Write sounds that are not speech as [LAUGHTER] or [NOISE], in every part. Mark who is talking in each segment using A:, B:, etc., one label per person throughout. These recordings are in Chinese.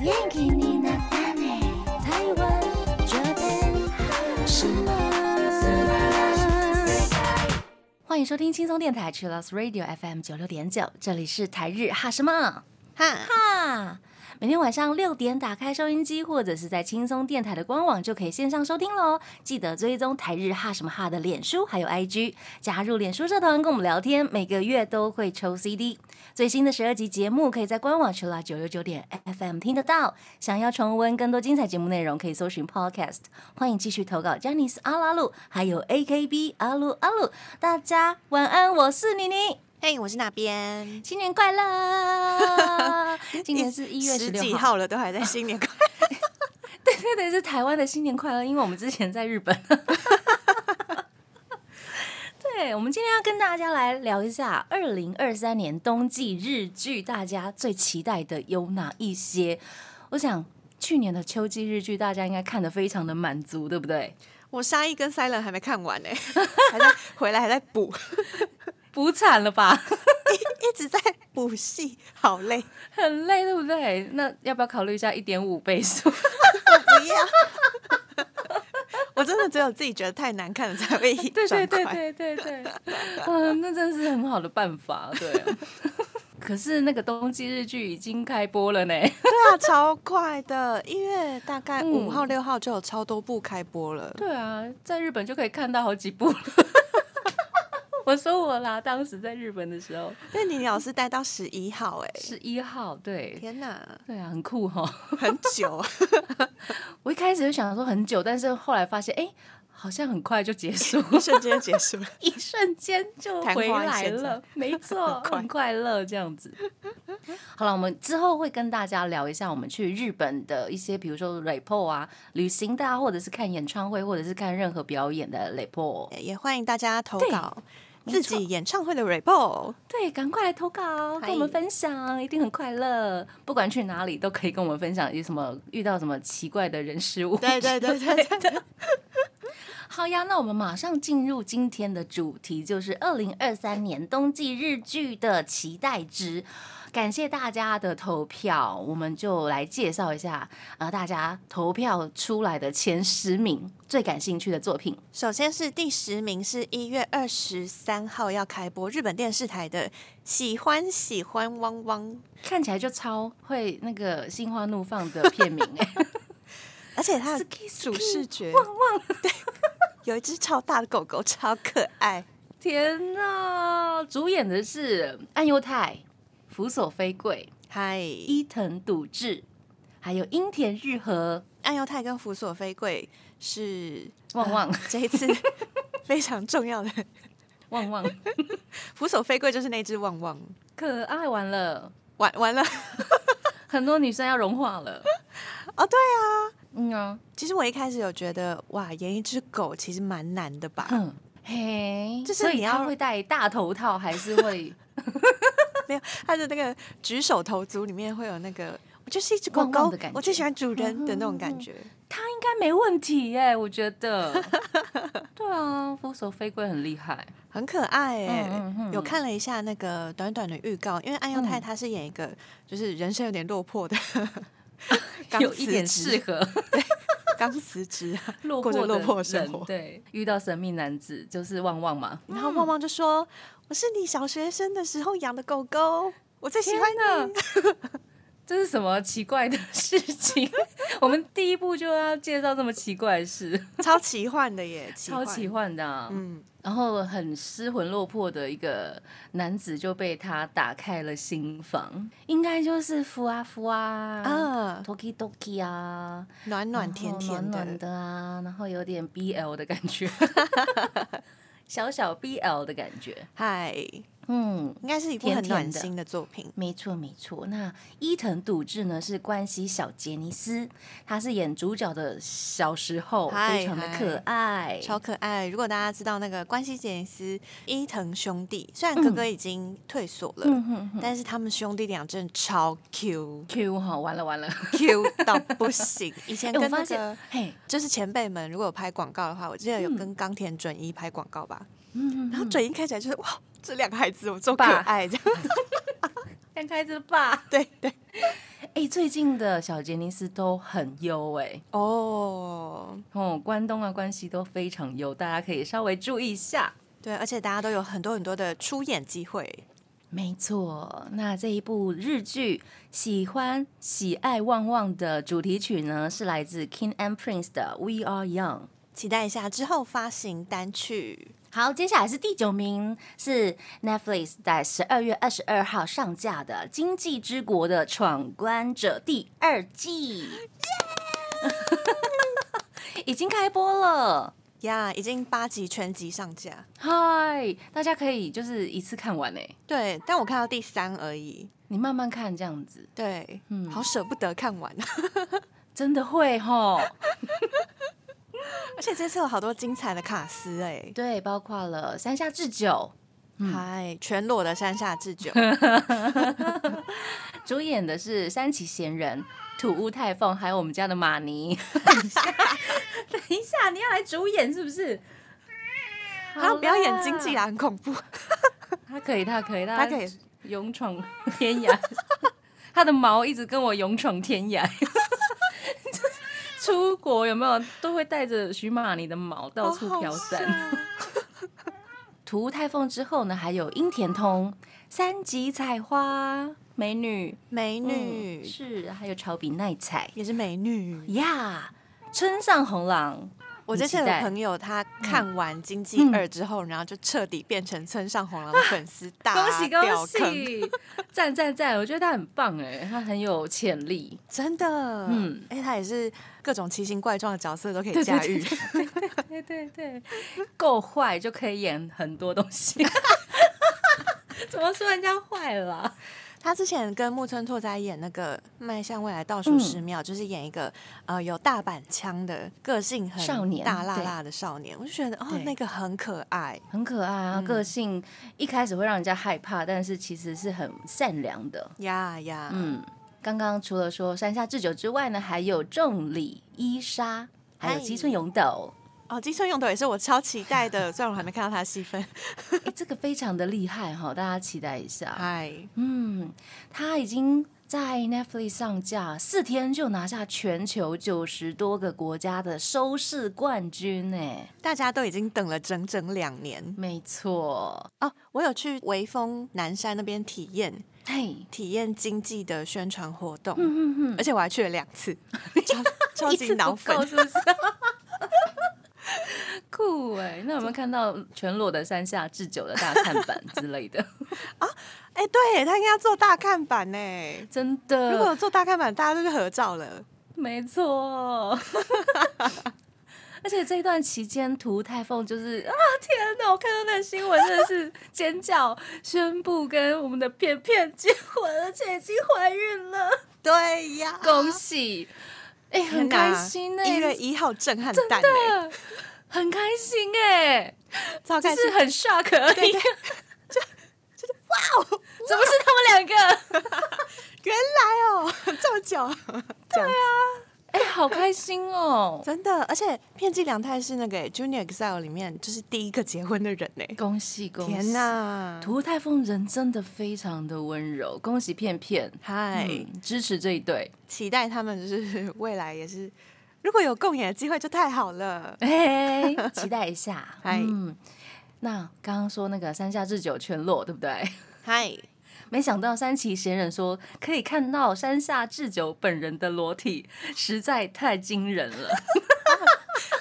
A: 元気になったね台湾 Japan 什么
B: 欢迎收听轻松电台 c h i l l o s Radio FM 九六点九，这里是台日哈什么
C: 哈，
B: 哈。每天晚上六点打开收音机，或者是在轻松电台的官网就可以线上收听喽。记得追踪台日哈什么哈的脸书还有 IG，加入脸书社团跟我们聊天，每个月都会抽 CD。最新的十二集节目可以在官网 c h i l l 九六九点 FM 听得到。想要重温更多精彩节目内容，可以搜寻 Podcast。欢迎继续投稿 j a n i c e 阿拉鲁，还有 AKB 阿鲁阿鲁。大家晚安，我是妮妮。
C: 嘿，我是那边？
B: 新年快乐！今年是一月十
C: 十
B: 六
C: 几
B: 号，
C: 号了，都还在新年快
B: 对对对，是台湾的新年快乐，因为我们之前在日本。 [LAUGHS] 对，我们今天要跟大家来聊一下二零二三年冬季日剧，大家最期待的有哪一些？我想去年的秋季日剧，大家应该看得非常的满足，对不对？
C: 我沙溢跟 Silent 还没看完呢、 [LAUGHS] 还在回来还在补，
B: 补惨了吧，
C: [LAUGHS] 一直在补戏，好累，
B: [LAUGHS] 很累，对不对？那要不要考虑一下一点五倍速？
C: 我不要。我真的只有自己觉得太难看了才 [LAUGHS] 会
B: 对对
C: 转
B: 对
C: 快
B: 对对对，嗯，那真是很好的办法，对。啊 [LAUGHS] 可是那个冬季日剧已经开播了呢，
C: 对啊，超快的，一月大概
B: 嗯
C: 五号六号就有超多部开播了。
B: 对啊，在日本就可以看到好几部了。 [LAUGHS] 我说我啦，当时在日本的时候，
C: 对，你老师待到十一号、哎，
B: 十一号，对，
C: [LAUGHS] 天哪，
B: 对啊，很酷哈、
C: 很久啊！ [LAUGHS]
B: 我一开始就想说很久，但是后来发现，哎、好像很快就结束，
C: 瞬间结束了。
B: [LAUGHS] 一瞬间就回来了，
C: [LAUGHS]
B: 没错，
C: 很快
B: 很快乐这样子。好了，我们之后会跟大家聊一下我们去日本的一些，比如说 report 啊、旅行的、啊，或者是看演唱会，或者是看任何表演的 report。
C: [LAUGHS] 也欢迎大家投
B: 对
C: 稿
B: 没
C: 自
B: 错
C: 己演唱会的 report。
B: 对，赶快来投稿，
C: 嗨
B: 跟我们分享，一定很快乐。不管去哪里，都可以跟我们分享有什么遇到什么奇怪的人事物。
C: 对对对 [LAUGHS] 对对对，
B: [LAUGHS] 好呀，那我们马上进入今天的主题，就是二零二三年冬季日剧的期待值。感谢大家的投票，我们就来介绍一下，呃，大家投票出来的前十名最感兴趣的作品。
C: 首先是第十名，是一月二十三号要开播日本电视台的《喜欢喜欢汪汪》，
B: 看起来就超会那个心花怒放的片名哎、
C: 而且它的
B: Ski
C: 主视觉汪汪， [LAUGHS] 对，有一只超大的狗狗，超可爱。
B: 天哪！主演的是岸优太、福所飞贵、
C: 嗨，
B: 伊藤笃志，还有樱田日和、
C: 暗优太跟福所飞贵是呃
B: 旺旺
C: 这一 [LAUGHS] 次非常重要的。
B: 旺 [LAUGHS] 旺。
C: 福所飞贵就是那只旺旺，
B: 可爱完了，
C: 完完了。
B: 很多女生要融化 [LAUGHS] 了。
C: 哦对
B: 啊，嗯啊，
C: 其实我一开始有觉得，哇，演一只狗其实蛮难的吧？
B: 嗯， [COUGHS] 嘿，
C: 就是
B: 所以
C: 你要
B: 她会戴大头套，还是 [LAUGHS] 会
C: 没有，它的那个举手投足里面会有那个，我就是一只狗
B: 汪
C: 狗
B: 汪的感，觉嗯
C: 我最喜欢主人的那种感觉。
B: 她应该没问题耶、我觉得。 [LAUGHS] 对啊，扶手飞龟很厉害。
C: 很可爱哎、
B: 嗯嗯嗯
C: 有看了一下那个短短的预告，因为安优太
B: 嗯，
C: 她是演一个就是人生有点落魄的刚
B: 有一点
C: 辞
B: 适 [LAUGHS]
C: 职
B: 合
C: 刚辞职
B: [LAUGHS]
C: 啊，
B: 落
C: 过
B: 魄的
C: 着落魄生
B: 人
C: 活
B: 对，遇到神秘男子就是旺旺嘛。
C: 然后旺旺就说：“我是你小学生的时候养的狗狗，我最喜欢
B: 天
C: 你。
B: [LAUGHS] 这是什么奇怪的事情？ [LAUGHS] 我们第一步就要介绍这么奇怪的事，”
C: 超奇幻的耶，
B: 超奇
C: 幻。
B: 幻的、啊。
C: 嗯，
B: 然后很失魂落魄的一个男子就被他打开了心房，应该就是福啊福啊
C: 啊，
B: ，Toki Toki 啊，
C: 暖暖甜甜
B: 然后
C: 的，
B: 暖暖的啊，然后有点 BL 的感
C: [LAUGHS]
B: 觉，小小 BL 的感觉，
C: 嗨，
B: 嗯。
C: 应该是一部
B: 甜
C: 很暖
B: 甜的
C: 心的作品。
B: 没错，没错。那伊藤笃志呢是关西小杰尼斯，他是演主角的小时候，
C: 嗨
B: 非常的
C: 嗨
B: 可爱，
C: 超可爱！如果大家知道那个关西杰尼斯伊藤兄弟，虽然哥哥已经退所了，
B: 嗯哼哼
C: 但是他们兄弟俩真的超 Q [LAUGHS]
B: Q 哈，完了完了。
C: Q 到不行。以前
B: 哎、
C: 跟
B: 我
C: 那
B: 发
C: 个
B: 现，嘿，
C: 就是前辈们如果有拍广告的话，我记得有
B: 嗯
C: 跟冈田准一拍广告吧，
B: 嗯，
C: 然后准一看起来就是哇，这两个孩子有这么可
B: 爸
C: 爱，这样
B: 哎、看开始吧。
C: 对对，
B: [LAUGHS] 哎、最近的小杰尼斯都很优哎、
C: 哦，
B: 哦，关东啊关西都非常优，大家可以稍微注意一下。
C: 对，而且大家都有很多很多的出演机会。
B: 没错，那这一部日剧《喜欢喜爱旺旺》的主题曲呢，是来自 King and Prince 的《We Are Young》。
C: 期待一下之后发行单曲。
B: 好，接下来是第九名，是 Netflix 在十二月二十二号上架的《经济之国的闯关者》第二季， [LAUGHS] 已经开播了。
C: 呀、已经八集全集上架。
B: 嗨，大家可以就是一次看完诶、欸
C: 对，但我看到第三而已。
B: 你慢慢看这样子，
C: 对，
B: 嗯
C: 好舍不得看完，啊
B: 真的会吼。
C: [LAUGHS] 而且这次有好多精彩的卡司哎、
B: 对，包括了山下智久嗯
C: 嗨、全裸的山下
B: [LAUGHS]
C: 智久，
B: 主演的是山崎贤人、土屋太凤，还有我们家的马 [LAUGHS] 尼。等一下，你要来主演是不是？
C: 他不要演经济
B: 啊！
C: 啦，很恐怖。
B: 他可以，他可以，
C: 他可以
B: 勇闯天 [LAUGHS] 涯。他的毛一直跟我勇闯天涯。出国有没有都会带着徐马尼的毛 [LAUGHS] 到处飘散？
C: 啊
B: [LAUGHS] 土屋太凤之后呢，还有樱田通、三级采花美女、
C: 美
B: 嗯
C: 女、
B: 是，还有朝比奈彩
C: 也是美女。
B: 呀村上红郎，
C: 我之前有朋友，他
B: 嗯
C: 看完《经济二》之后，然后就彻底变成村上红郎的粉
B: [LAUGHS]
C: 丝，大
B: 恭喜恭
C: 掉啊坑，
B: 喜， [LAUGHS] 赞赞赞！我觉得他很棒哎，他很有潜力。
C: 真的，
B: 嗯
C: 嗯，哎，他也是各种奇形怪状的角色都
B: 对
C: 可以
B: 对
C: 驾
B: 对
C: 驭，
B: 对对对，够坏就可以演很多东西。 [LAUGHS] 怎么说人家坏了啊、
C: 他之前跟木村拓哉演那个《迈向未来倒数
B: 嗯
C: 十秒》就是演一个呃有大阪腔的个性很
B: 少年
C: 大辣
B: 对
C: 辣的少年，我就觉得哦
B: 对
C: 那个很可爱，
B: 很可爱啊，
C: 嗯
B: 个性一开始会让人家害怕，但是其实是很善良的。
C: 呀呀，
B: 嗯，刚刚除了说山下智久之外呢，还有重里伊莎，还有
C: 嗨
B: 吉村勇斗。
C: 哦，金村勇斗也是我超期待的，虽然我还没看到他的
B: [LAUGHS]
C: 戏份，
B: 哎，这个非常的厉害哈，大家期待一下。
C: 嗨，
B: 嗯，他已经在 Netflix 上架四天就拿下全球九十多个国家的收视冠军呢。
C: 大家都已经等了整整两年
B: 没错，
C: 哦，我有去微风南山那边体验
B: 嘿，
C: 体验经济的宣传活动，
B: 嗯嗯
C: 而且我还去了两
B: [LAUGHS]
C: 次， [LAUGHS] 超超
B: 一
C: 级
B: 次
C: 脑
B: 不
C: 粉
B: 够，是不
C: [LAUGHS]
B: 是？酷哎、那有没有看到全裸的山下智久的大看板之类
C: [LAUGHS]
B: 的？
C: 哎、对他应该要做大看板呢。
B: 真的，
C: 如果有做大看板，大家都去合照了。
B: 没错。 [LAUGHS] 而且这一段期间，涂太凤就是啊，天哪！我看到那个新闻，真的是尖叫，宣布跟我们的片片结婚，而且已经怀孕了，
C: [LAUGHS] 对呀，
B: 恭喜！哎、很
C: 天哪
B: 开心呢、
C: 一月一号震撼
B: 真
C: 弹呢、
B: 的很开心哎、
C: 超
B: 就
C: 开
B: 是
C: 心。
B: 很 shock 而已。
C: 对
B: [LAUGHS]
C: 对哦
B: 怎么是他们两个？
C: 原来哦， [LAUGHS] 这么久，对啊，
B: 哎、好开心哦！
C: 真的。而且片寄良太是那个欸 Junior Excel 里面就是第一个结婚的人呢、欸
B: 恭喜恭喜！
C: 天哪！
B: 涂太凤人真的非常的温柔，恭喜片片，
C: 嗨、
B: 嗯，支持这一
C: [LAUGHS]
B: 对。
C: 期待他们就是未来也是，如果有共演的机会就太好了。
B: 哎，期待一下。
C: 嗨
B: 嗯，那刚刚说那个山下智久全裸，对不对？ [LAUGHS]
C: [LAUGHS] 嗨，
B: 没想到山崎贤人说可以看到山下智久本人的裸体，实在太惊人
C: [LAUGHS]
B: 了，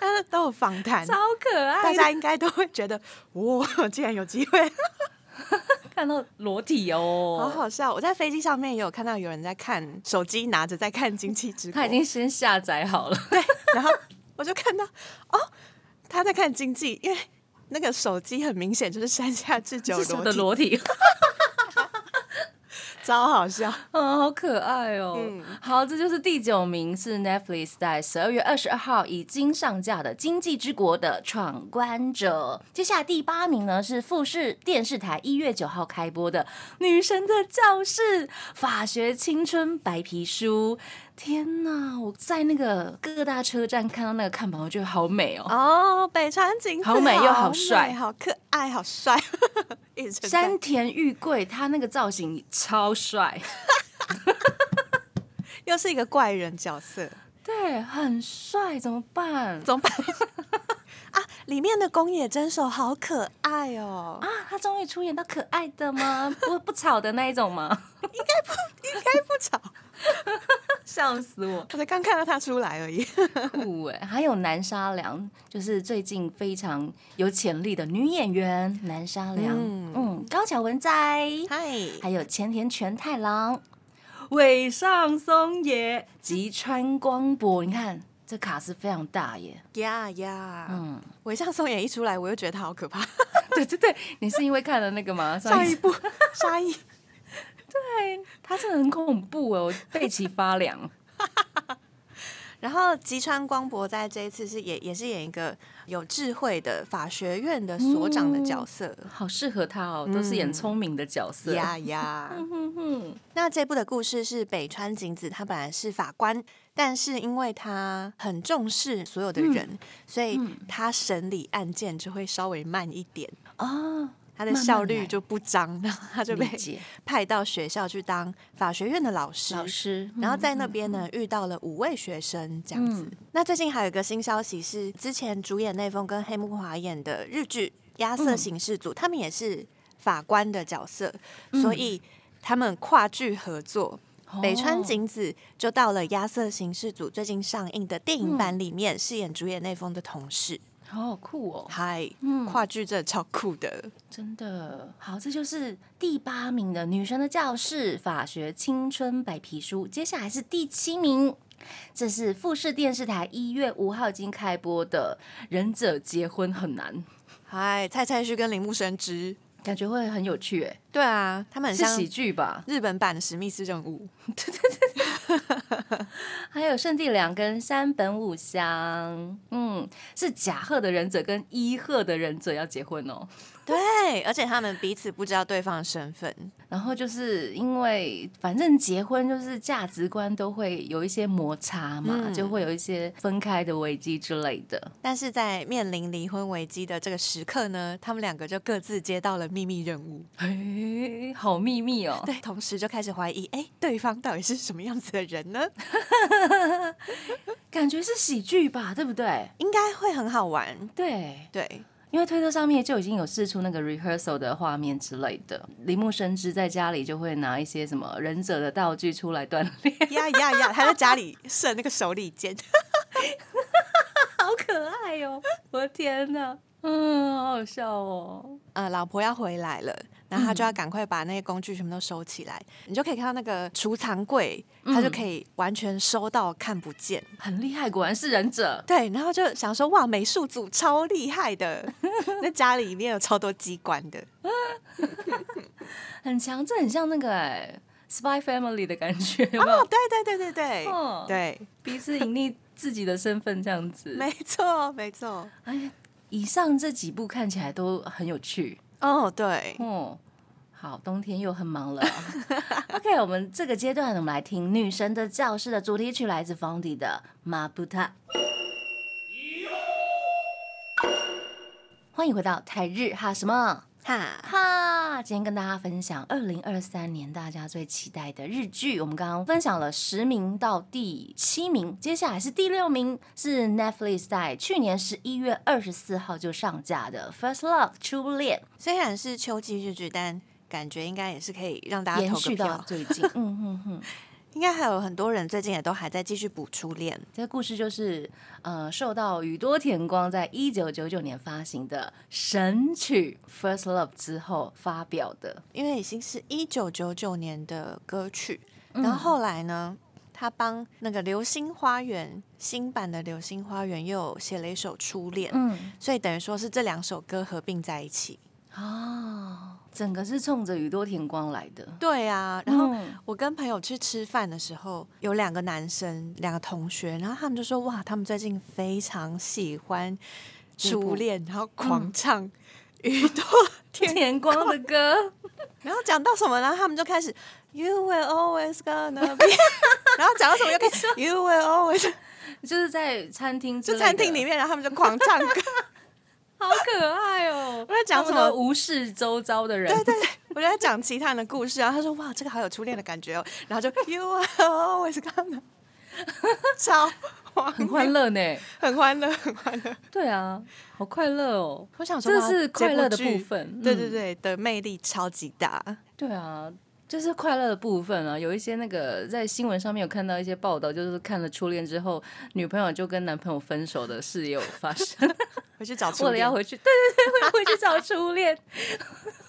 C: 大家啊都有访谈，
B: 超可
C: 大
B: 爱的。
C: 家应该都会觉得，哇，竟然有机会，
B: 看到裸体
C: 好
B: 哦，
C: 好笑！我在飞机上面也有看到有人在看手机，拿着在看《经济之国》，
B: 他已经先下载好了。
C: 对， [LAUGHS] 然后我就看到哦，他在看经济，因为那个手机很明显就是山下智久
B: 是手
C: 裸
B: 的
C: 体，
B: 裸 [LAUGHS] 体，
C: 超好笑。
B: [LAUGHS] 嗯，好可爱哦。
C: 嗯
B: 好，这就是第九名，是 Netflix 在十二月二十二号已经上架的《经济之国的闯关者》。接下来第八名呢是富士电视台一月九号开播的《女神的教室》法学青春白皮书。天哪！我在那个各大车站看到那个看板，我觉得好美哦。
C: 哦，北川景子
B: 好美又
C: 好
B: 好帅
C: 美好可爱，好帅， [LAUGHS] 一直称赞
B: 山田裕贵他那个造型超帅，
C: 又是一个怪人角色，
B: 对，很帅，怎么办？
C: 怎么办啊？里面的宫野真守好可爱哦，
B: 啊，他终于出演到可爱的吗？ [LAUGHS] 不不吵的那一种吗？
C: 应该不吵，
B: [LAUGHS] 笑死我！
C: 我才刚看到他出来
B: [LAUGHS]
C: 而已。
B: 酷哎，还有南沙良，就是最近非常有潜力的女演员南沙良，
C: 嗯
B: 嗯高桥文哉，
C: 嗨， [LAUGHS]
B: 还有前田全太郎、尾上松也及川光博，你看这卡是非常大耶。
C: 呀呀，
B: 嗯， [LAUGHS]
C: 尾上松也一出来，我又觉得他好可怕。
B: 对对对，你是因为看了那个吗？
C: 上
B: 次
C: 一 [LAUGHS] 部沙溢，
B: 他真的很恐怖哦，我背脊发凉。
C: 然后吉川光博在这一次是也也是演一个有智慧的法学院的所长
B: 嗯
C: 的角色。
B: 好适合他哦，都是演聪明的角色。
C: 呀呀！
B: 嗯哼，
C: 那这部的故事是北川景子，她本来是法官，但是因为她很重视所有的人，
B: 嗯
C: 所以她审理案件就会稍微慢一点，
B: 哦，
C: 她的
B: 慢慢
C: 效率
B: 来
C: 就不彰，然后她就被
B: 理解
C: 派到学校去当法学院的老师。
B: 老师，
C: 然后
B: 嗯
C: 在那边呢，遇到了五位学生这样子。
B: 嗯
C: 那最近还有一个新消息是，之前主演内丰跟黑木华演的日剧《亚瑟
B: 嗯
C: 刑事组》，他们也是法官的角色，
B: 嗯
C: 所以他们跨剧合作。北
B: 哦
C: 川景子就到了《亚瑟刑事组》最近上映的电影版
B: 嗯
C: 里面，饰演主演内丰的同事。
B: 好酷哦，
C: 嗨、
B: 嗯
C: 跨剧真的超酷的，
B: 真的好，这就是第八名的女生的教室法学青春白皮书，接下来是第七名。这是富士电视台一月五号已经开播的《忍者结婚很难》，
C: 嗨！蔡蔡旭跟铃木伸之，
B: 感觉会很有趣、欸，
C: 对啊，他们很
B: 是
C: 像
B: 喜剧吧？
C: 日本版的史密斯任务。
B: 还有圣地良跟山本五香，嗯，是甲贺的忍者跟伊贺的忍者要结婚哦。
C: 对，而且他们彼此不知道对方的身份。
B: 然后就是因为反正结婚就是价值观都会有一些摩擦嘛，
C: 嗯
B: 就会有一些分开的危机之类的。
C: 但是在面临离婚危机的这个时刻呢，他们两个就各自接到了秘密任务，
B: 哎，好秘密哦！
C: 对，同时就开始怀疑，哎，对方到底是什么样子的人呢？ [LAUGHS]
B: 感觉是喜剧吧，对不对？
C: 应该会很好玩，
B: 对，
C: 对，
B: 因为推特上面就已经有试出那个 rehearsal 的画面之类的。铃木伸之在家里就会拿一些什么忍者的道具出来锻炼， [LAUGHS]
C: 呀呀呀，他在家里射那个手里剑，
B: 好可爱哦！我的天哪，嗯，好好笑哦。
C: 呃，老婆要回来了。然后他就要赶快把那些工具全部都收起来，你就可以看到那个储藏柜，他就可以完全收到看不见。
B: 很厉害，果然是忍者。
C: 对，然后就想说哇，美术组超厉害的，那家里面有超多机关的，
B: 很强，这很像那个哎、Spy Family》的感觉，有没
C: 哦，
B: 有？
C: 对对对对对，
B: 哦
C: 对，
B: [LAUGHS] 彼此隐匿自己的身份这样子。
C: 没错没错，
B: 哎，以上这几部看起来都很有趣。
C: 哦对，
B: 哦，好，冬天又很忙了。OK，我们哦这个阶段我们来听《女神的教室》的主题曲，来自方迪的《马布塔》。欢迎回到台日哈什么？
C: 哈，
B: 哈，今天跟大家分享二零二三年大家最期待的日剧。我们刚刚分享了十名到第七名，接下来是第六名，是 Netflix 在去年十一月二十四号就上架的《First Love》初恋，
C: 虽然是秋季日剧，但感觉应该也是可以让大家
B: 延
C: 投个
B: 续到
C: 票，
B: 最近。嗯嗯嗯，
C: 应该还有很多人最近也都还在继续补初恋，
B: 这个故事就是呃，受到宇多田光在一九九九年发行的神曲《First Love》之后发表的。
C: 因为已经是一九九九年的歌曲，
B: 嗯
C: 然后后来呢？他帮那个《流星花园》新版的《流星花园》又写了一首《初恋》，
B: 嗯，
C: 所以等于说是这两首歌合并在一起。
B: 哦，整个是冲着宇多田光来的。
C: 对啊，然后
B: 嗯
C: 我跟朋友去吃饭的时候，有两个男生，两个同学，然后他们就说哇，他们最近非常喜欢
B: 这部
C: 初恋，然后
B: 嗯
C: 狂唱
B: [LAUGHS]
C: 宇多田，
B: 田光的歌，
C: 然后讲到什么，然后他们就开始 You will always gonna be， [LAUGHS] 然后讲到什么又开始 You will always，
B: 就是在餐厅之
C: 就
B: 类的，
C: 餐厅里面，然后他们就狂唱歌。
B: 好可爱哦、
C: [LAUGHS] 我在讲什么
B: 他们都无视周遭的人，
C: 对对对，我就在讲其他人的故事，然后他说哇，这个好有初恋的感觉哦，然后就 [LAUGHS] You will always come，超荒
B: 很欢
C: 乐，
B: 乐呢。
C: 很欢乐，很欢乐。
B: 对啊，好快乐哦、
C: 我想说
B: 这
C: 哇
B: 是
C: 这
B: 快
C: 部
B: 乐的
C: 剧
B: 部分
C: 对
B: 嗯
C: 对对的魅力超级大。
B: 对啊，就是快乐的部分啊，有一些那个在新闻上面有看到一些报道，就是看了初恋之后，女朋友就跟男朋友分手的事也有发生。
C: 回去找初
B: [LAUGHS] 为了要
C: 恋，
B: 回去，对对对，为了回去找初恋，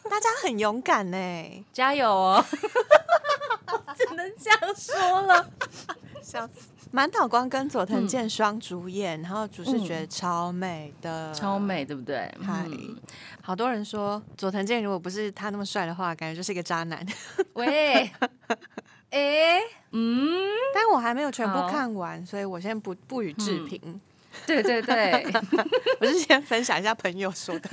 C: 大家很勇敢呢、欸
B: 加油
C: [LAUGHS]
B: 哦！只能这样说了。
C: 笑死！满岛光跟佐藤健双主演，然后主视觉超美的，
B: 超。美，对不对？
C: 嗨
B: 嗯，
C: 好多人说佐藤健如果不是他那么帅的话，感觉就是一个渣 [LAUGHS] 男。
B: [LAUGHS] 喂，哎，嗯，
C: 但我还没有全部
B: 好
C: 看完，所以我先不不予置评。
B: 对对 [LAUGHS] 对，
C: 我是先分享一下朋友说的，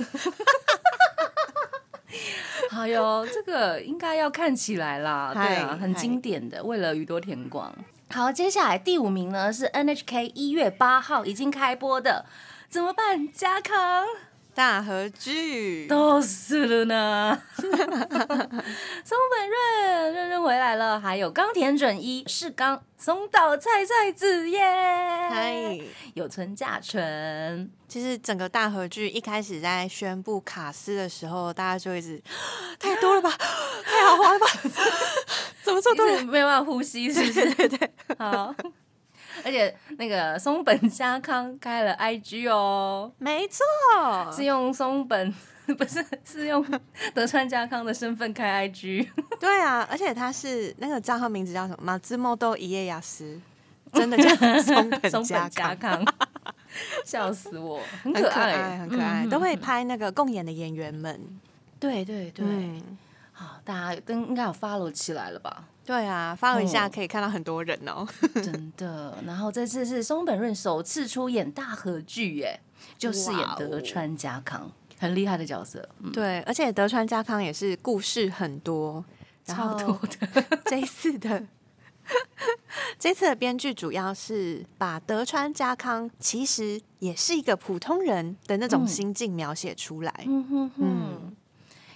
C: [LAUGHS]
B: 哎呦，这个应该要看起来啦，对
C: 嗨
B: 啊，很经典的，为了宇多田光。好，接下来第五名呢是 NHK 一月八号已经开播的。怎么办？加康
C: 大和剧。
B: 都死了 [LAUGHS] 呢。松本润润润回来了，还有冈田准一、是冈、松岛菜菜子耶，
C: 嗨，
B: 有村架纯，
C: 其实整个大和剧一开始在宣布卡斯的时候，大家就一直太多了吧，太豪华了吧， [LAUGHS] 怎 [LAUGHS] 么这么多
B: 对，
C: 人？
B: 没有办法呼吸，是不是？对对好。而且那个松本家康开了 IG 哦，
C: 没错，
B: 是用松本不是是用德川家康的身份开 IG，
C: 对啊，而且他是那个账号名字叫什么？马兹莫多一夜雅思，真的叫松
B: 松
C: 本
B: 本
C: 家
B: 家
C: 康，
B: 康，笑死我，很
C: 很
B: 可
C: 可
B: 爱，
C: 爱，很可爱，
B: 嗯
C: 都会拍那个共演的演员们。
B: 对对对，
C: 嗯
B: 好，大家都应该有 follow 起来了
C: [LAUGHS]
B: 吧？
C: 对啊，发了一下
B: 哦
C: 可以看到很多人哦。
B: 真的。然后这次是松本润首次出演大合剧，耶，就饰演
C: 哇哦
B: 德川家康，很厉害的角色，嗯，
C: 对，而且德川家康也是故事很多，然
B: 超
C: 后
B: 多的。
C: [LAUGHS] 这一次的这次的编剧主要是把德川家康其实也是一个普通人的那种心境描写出来。
B: 嗯哼哼，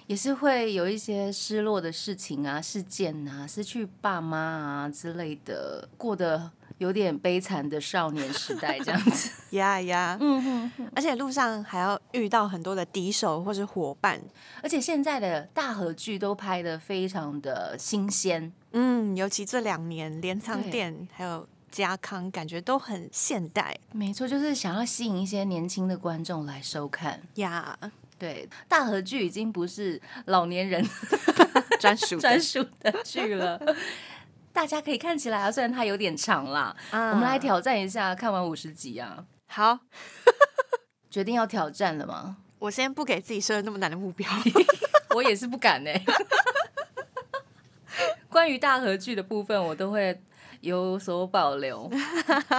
B: 也是会有一些失落的事情啊、事件啊、失去爸妈啊之类的，过得有点悲惨的少年时代这样子。
C: 呀呀、
B: [LAUGHS] 嗯哼哼，
C: 而且路上还要遇到很多的敌手或是伙伴。
B: 而且现在的大合剧都拍的非常的新鲜，
C: 嗯，尤其这两年镰仓
B: 对
C: 店还有家康，感觉都很现代
B: 没错，就是想要吸引一些年轻的观众来收看。
C: 呀，
B: 对，大合剧已经不是老年人
C: 专
B: [LAUGHS]
C: 属
B: 专属的剧 [LAUGHS] 了。大家可以看起来啊，虽然它有点长啦，我
C: 我
B: 们来挑战一下，看完五十集啊。
C: 啊好。
B: 决定要挑战了吗？
C: 我先不给自己设那么难的目标。
B: 我也是不敢呢、欸 [LAUGHS] 关于大合剧的部分，我都会有所保 [LAUGHS] 留。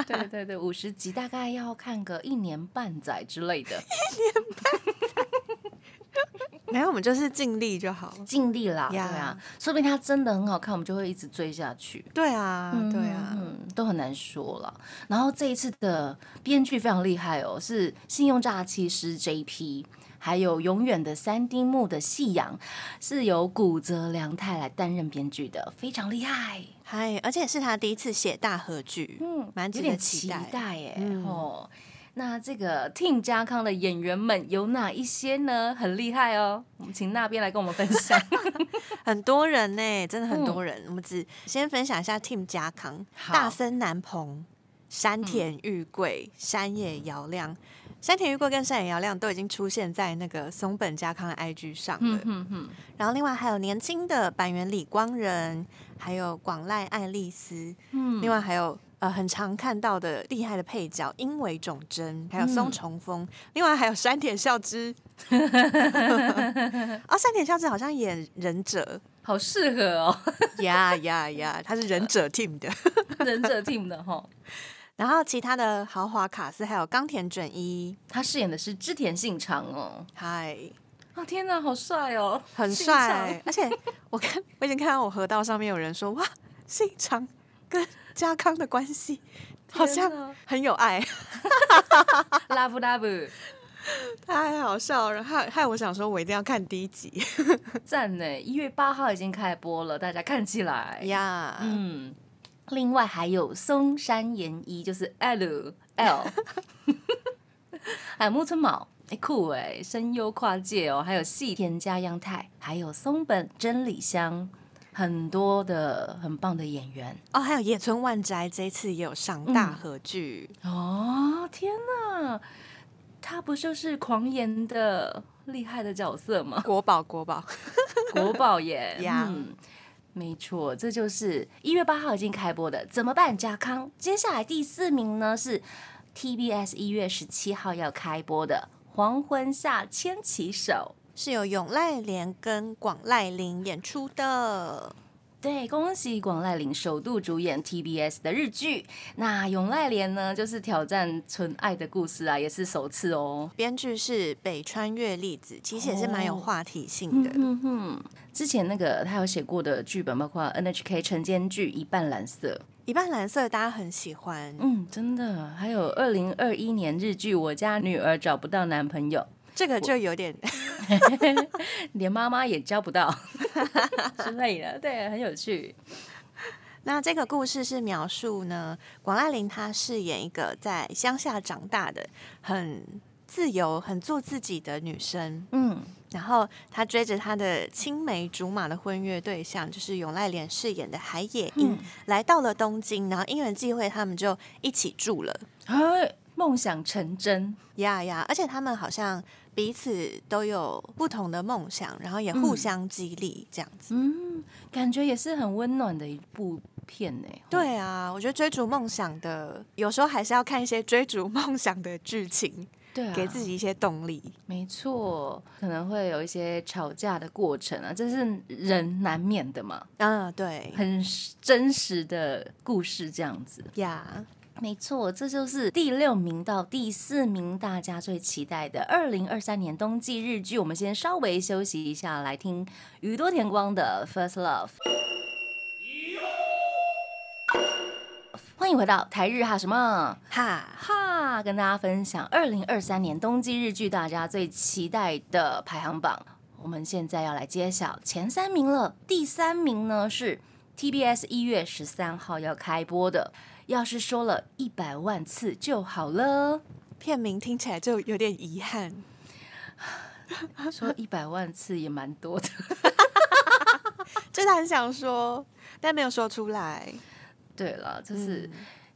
B: 对对对，五十集大概要看个一年半载之类的，
C: [LAUGHS] 没有，我们就是尽力就好。
B: 尽力啦。对
C: 呀
B: 啊，说不定它真的很好看，我们就会一直追下去。
C: 对啊，对啊，
B: 嗯，都很难说了。然后这一次的编剧非常厉害哦，是信用诈欺师 JP，还有永远的三丁目的夕阳，是由古泽良太来担任编剧的，非常厉害。
C: 嗨，而且是他第一次写大合剧，
B: 嗯，
C: 蛮
B: 有
C: 值
B: 点
C: 得
B: 期
C: 期待。
B: 待耶、
C: 嗯
B: 哦。那这个 Team 家康的演员们有哪一些呢？很厉害哦，我们请那边来跟我们分享。
C: 很多人呢、真的很多人。我们只先分享一下 Team 家康、
B: 好
C: 大森南朋、山田裕贵、山野遥亮。山田裕贵跟山野遥亮都已经出现在那个松本家康的 IG 上了。
B: [LAUGHS] 嗯哼哼，
C: 然后另外还有年轻的板垣李光仁，还有广濑爱丽丝，
B: 嗯
C: 另外还有呃很常看到的厉害的配角英为种真，还有松重丰，另外还有山田孝 [LAUGHS] 之。哦，山田孝之好像演忍者，
B: 好适合哦， [LAUGHS]
C: 呀呀呀，他是忍者 team 的。
B: 忍者 Team 的哈、
C: [LAUGHS] 然后其他的豪华卡司还有冈田准一，
B: 他饰演的是织田信长哦。
C: 嗨，
B: 啊天哪，好帅哦，
C: 很
B: 信
C: 帅，而且我看我已经看到我河道上面有人说哇，信长跟家康的关系好 [LAUGHS] 像很有爱，
B: love love，
C: 太好笑哦了，害害我想说，我一定要看第一集
B: 赞呢！一月八号已经开播了，大家看起来。
C: 呀。
B: 嗯，另外还有松山研一，就是 L L，还有木村卯，哎、酷哎、声优跨界哦，还有细田家央太，还有松本真理香，很多的很棒的演员
C: 哦，还有野村万斋这一次也有上大合剧，
B: 哦！天哪，他不就是狂言的厉害的角色吗？
C: 国宝国宝，
B: [LAUGHS] 国宝耶
C: 呀
B: 嗯，没错，这就是一月八号已经开播的《怎么办，家康》。接下来第四名呢是 TBS 一月十七号要开播的《黄昏下牵起手》。
C: 是由永濑廉跟广濑铃演出的。
B: 对，恭喜广濑铃首度主演 TBS 的日剧。那永濑廉呢，就是挑战《纯爱的故事》啊，也是首次哦。
C: 编剧是北川月粒子，其实也是蛮有
B: 哦
C: 话题性的。
B: 嗯哼，之前那个他有写过的剧本，包括 NHK 晨间剧《一半蓝色》，
C: 一半蓝色大家很喜欢，
B: 嗯，真的，还有二零二一年日剧《我家女儿找不到男朋友
C: 这个就有点》，
B: 连妈妈也交不
C: [LAUGHS]
B: 到之类的，对，很有趣。
C: 那这个故事是描述呢，广濑铃她饰演一个在乡下长大的、很自由、很做自己的女生，
B: 嗯，
C: 然后她追着她的青梅竹马的婚约对象，就是永濑廉饰演的海野
B: 嗯
C: 樱，来到了东京，然后因缘际会，他们就一起住了。
B: 哎，梦想成真，
C: 呀呀！而且他们好像彼此都有不同的梦想，然后也互
B: 嗯
C: 相激励这样子。
B: 嗯，感觉也是很温暖的一部片呢、吼，
C: 对啊，我觉得追逐梦想的，有时候还是要看一些追逐梦想的剧情，
B: 对啊，
C: 给自己一些动力。
B: 没错，可能会有一些吵架的过程啊，这是人难免的嘛，
C: 嗯，对
B: 很真实的故事这样子。
C: 呀，
B: 没错，这就是第六名到第四名大家最期待的二零二三年冬季日剧。我们先稍微休息一下，来听宇多田光的《First Love》。欢迎回到台日哈什么
C: 哈，
B: 哈，跟大家分享二零二三年冬季日剧大家最期待的排行榜。我们现在要来揭晓前三名了，第三名呢是 TBS 一月十三号要开播的。要是说了一百万次就好了，
C: 片名听起来就有点遗憾。
B: 说 [LAUGHS] 一百万次也蛮多的。
C: 真的很想说，但没有说出来。
B: 对了，就是
C: 嗯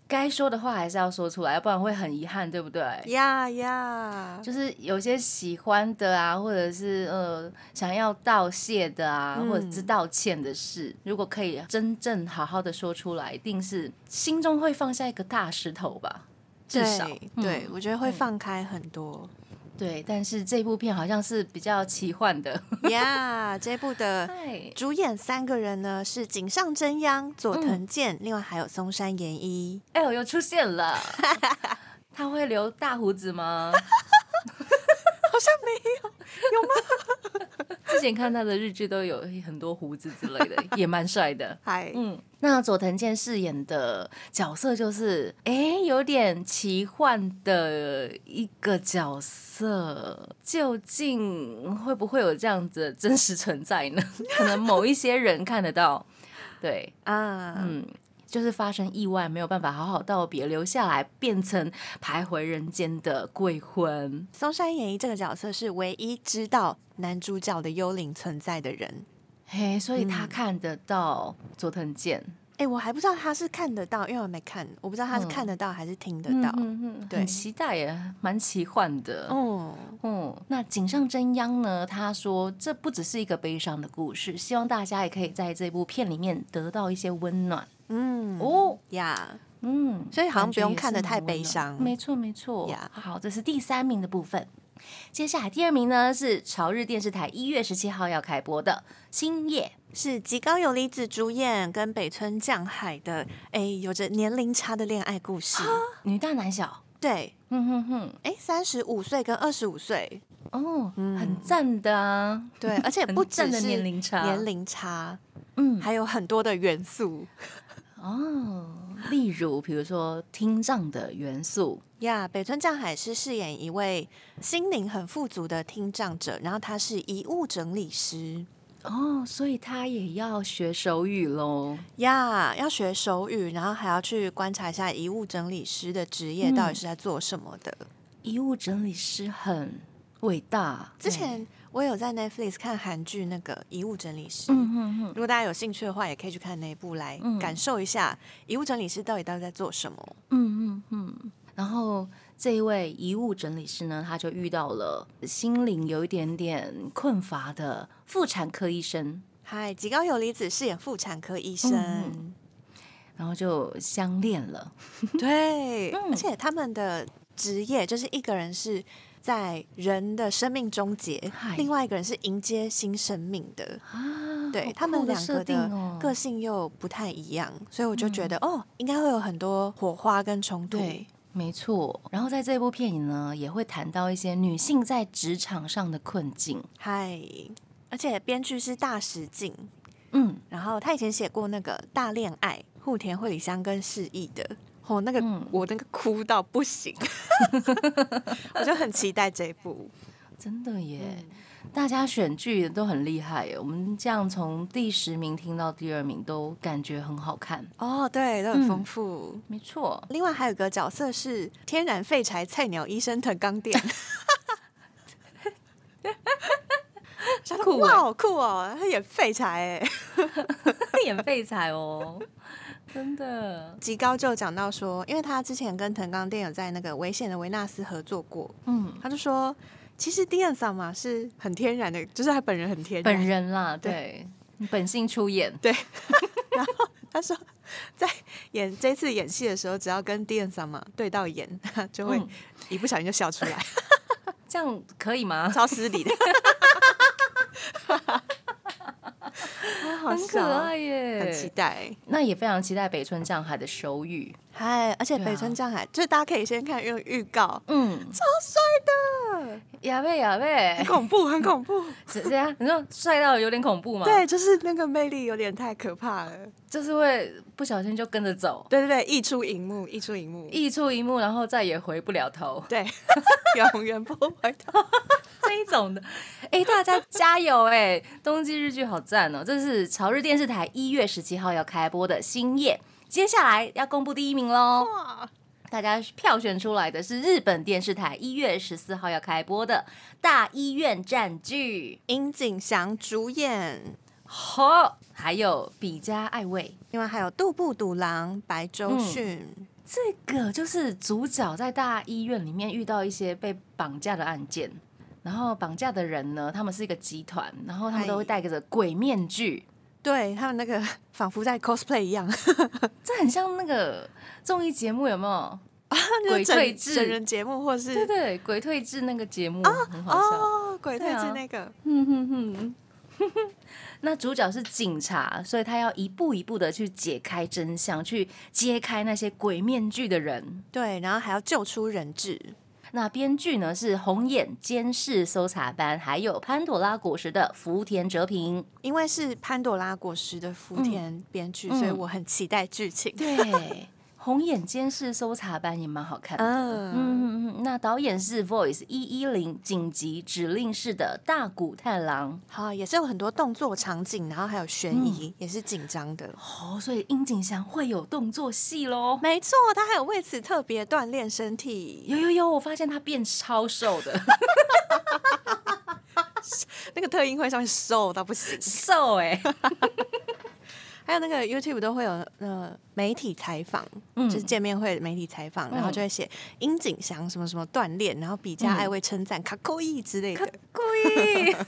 B: 该说的话还是要说出来，不然会很遗憾，对不对？
C: 呀呀，
B: 就是有些喜欢的啊，或者是呃想要道谢的啊，
C: 嗯
B: 或者是道歉的事，如果可以真正好好的说出来，一定是心中会放下一个大石头吧，至少
C: 对
B: 嗯
C: 对，我觉得会
B: 对
C: 放开很多。
B: 对。但是这部片好像是比较奇幻
C: [LAUGHS]
B: 的，
C: 嗯呀，这部的主演三个人呢是井上真央、佐藤健，另外还有松山研一。
B: L 哎又出现
C: [LAUGHS]
B: 了，他会留大胡子吗？
C: 好像没有，
B: [LAUGHS] 之前看他的日剧都有很多胡子之类的，也蛮帅的。
C: 还
B: 嗯，那佐藤健饰演的角色就是，哎、有点奇幻的一个角色，究竟会不会有这样子的真实存在呢？ [LAUGHS] 可能某一些人看得到，对，
C: 啊，
B: 嗯，就是发生意外没有办法好好道别，留下来变成徘徊人间的鬼魂。
C: 松山研一这个角色是唯一知道男主角的幽灵存在的人。
B: 嘿，所以他
C: 嗯
B: 看得到佐藤健，
C: 哎，我还不知道他是看得到，因为我没看，我不知道他是
B: 嗯
C: 看得到还是听得
B: 嗯
C: 到。
B: 嗯嗯
C: 对
B: 很期待耶，蛮奇幻的。
C: 哦，
B: 嗯，那井上真央呢？他说这不只是一个悲伤的故事，希望大家也可以在这部片里面得到一些温暖
C: 嗯，
B: 哦。
C: 呀，
B: 嗯，
C: 所以好像
B: 感觉
C: 不用
B: 也是
C: 看得
B: 蛮
C: 太
B: 温
C: 悲
B: 暖
C: 伤
B: 没错，没错。
C: 呀
B: 好，这是第三名的部分。接下来第二名呢是朝日电视台一月十七号要开播的《星夜
C: 是吉高由里子主演跟北村匠海的，哎，有着年龄差的恋爱故
B: 啊
C: 事。》，
B: 女大男小。
C: 对，
B: 哼哼哼，
C: 哎，三十五岁跟二十五岁，
B: 哦，
C: 嗯
B: 很赞的啊，
C: 对，
B: [LAUGHS]
C: 而且
B: 很
C: 不只
B: 赞的
C: 是
B: 年龄差
C: 年龄差，
B: 嗯，
C: 还有很多的元素。
B: 哦，例如，比如说听障的元素，
C: 呀北村匠海是饰演一位心灵很富足的听障者，然后他是遗物整理师
B: 哦，所以他也要学手语喽。
C: 呀要学手语，然后还要去观察一下遗物整理师的职业到底是在做什么的。
B: 遗物整理师很伟大，
C: 之前我有在 Netflix 看韩剧那个《遗物整理师》，
B: 嗯嗯嗯，
C: 如果大家有兴趣的话，也可以去看那一部来
B: 嗯
C: 感受一下遗物整理师到底到底在做什么。
B: 嗯嗯嗯。然后这一位遗物整理师呢，他就遇到了心灵有一点点困乏的妇产科医生，
C: 嗨，吉高由里子饰演妇产科医生，
B: 嗯然后就相恋了。
C: [LAUGHS] 对，
B: 嗯
C: 而且他们的职业就是一个人是在人的生命终结
B: 嗨，
C: 另外一个人是迎接新生命的。
B: 啊
C: 对他们两个的个
B: 性
C: 性又不太一样，所以我就觉得、哦，应该会有很多火花跟冲突。
B: 对，没错。然后在这部片里呢，也会谈到一些女性在职场上的困境。
C: 嗨，而且编剧是大石静，
B: 嗯，
C: 然后他以前写过那个《大恋爱》，户田惠里香跟释义的。哦，那个、我那个哭到不行， [LAUGHS] 我就很期待这一部。
B: 真的耶，大家选剧都很厉害耶。我们这样从第十名听到第二名，都感觉很好看。
C: 哦，对，都很丰富。
B: 没 [LAUGHS] 错，
C: 另外还有个角色是天然废柴菜鸟医生藤
B: [LAUGHS]
C: 刚电，想说
B: 酷欸
C: 哇，好酷哦！他演废柴哎。
B: 演废材哦，真的。
C: 吉高就讲到说，因为他之前跟藤刚电有在那个《危险的维纳斯》合作过，
B: 嗯，
C: 他就说，其实 d i a n 桑嘛是很天然的，就是他本人很天然。
B: 本人啦，对，本性出演。
C: 他说，在演这次演戏的时候，只要跟 d i a n 桑嘛对到眼， [LAUGHS] 他就会
B: 嗯
C: 一不小心就笑出来，
B: 这样可以吗？
C: 超失 [LAUGHS] 礼的。好
B: 很可
C: 笑哦
B: 爱耶，
C: 很期待。
B: 那也非常期待北村匠海的手语。
C: 嗨，而且
B: 对啊
C: 北村匠海，就是大家可以先看预预告，
B: 嗯，
C: 超帅的，
B: 呀喂呀喂
C: [LAUGHS] 很，恐怖，很恐 [LAUGHS] 怖。
B: 是这样，你说帅到有点恐怖吗？，
C: 对，就是那个魅力有点太可怕了。
B: 就是会不小心就跟着走，
C: 对对对，溢出荧幕，溢出荧幕，
B: 一出一幕，然后再也回不了头
C: 对， [LAUGHS] 永远不回头。
B: 这一种的。哎、大家加油哎、冬季日剧好赞哦！这是朝日电视台一月十七号要开播的《星夜》，接下来要公布第一名喽。
C: 哇，
B: 大家票选出来的是日本电视台一月十四号要开播的《大医院战剧
C: [LAUGHS] 樱井翔主演，》，
B: 好，还有比嘉爱未。
C: 另外还有杜布笃郎、白周迅。
B: 这个就是主角在大医院里面遇到一些被绑架的案件，然后绑架的人呢，他们是一个集团，然后他们都会戴着鬼面具，
C: 对他们那个 [LAUGHS] 仿佛在 cosplay 一 [LAUGHS] 样，
B: 这很像那个综艺节目有没有？
C: 就是
B: 鬼
C: 整
B: 退治
C: 整人节目或是
B: 对对，鬼退治那个节目、很好笑。
C: 哦，鬼退
B: 对啊
C: 治那个，
B: 哼哼哼。那主角是警察，所以他要一步一步的去解开真相，去揭开那些鬼面具的人。
C: 对，然后还要救出人质。
B: 那编剧呢是红眼监视搜查班，还有潘朵拉果实的福田哲平。
C: 因为是潘朵拉果实的福田编剧，所以
B: 嗯
C: 我很期待剧情。
B: 对，红眼监视搜查班也蛮好看的。
C: 嗯，
B: 嗯嗯嗯，那导演是 Voice 一一零紧急指令室的大谷太郎
C: 好，也是有很多动作场景，然后还有悬
B: 嗯
C: 疑，也是紧张的。
B: 哦，所以樱井翔会有动作戏喽。
C: 没错，他还有为此特别锻炼身体，
B: 有有有，我发现他变超瘦 [LAUGHS] 的，
C: 那个特映会上面瘦到不行。
B: 瘦哎、
C: 还有那个 YouTube 都会有呃媒体采访，
B: 嗯
C: 就是见面会媒体采访，然后就会写樱井翔什么什么锻炼，然后比
B: 嗯
C: 嘉爱为称赞卡扣一之类的。
B: 故意。 [LAUGHS]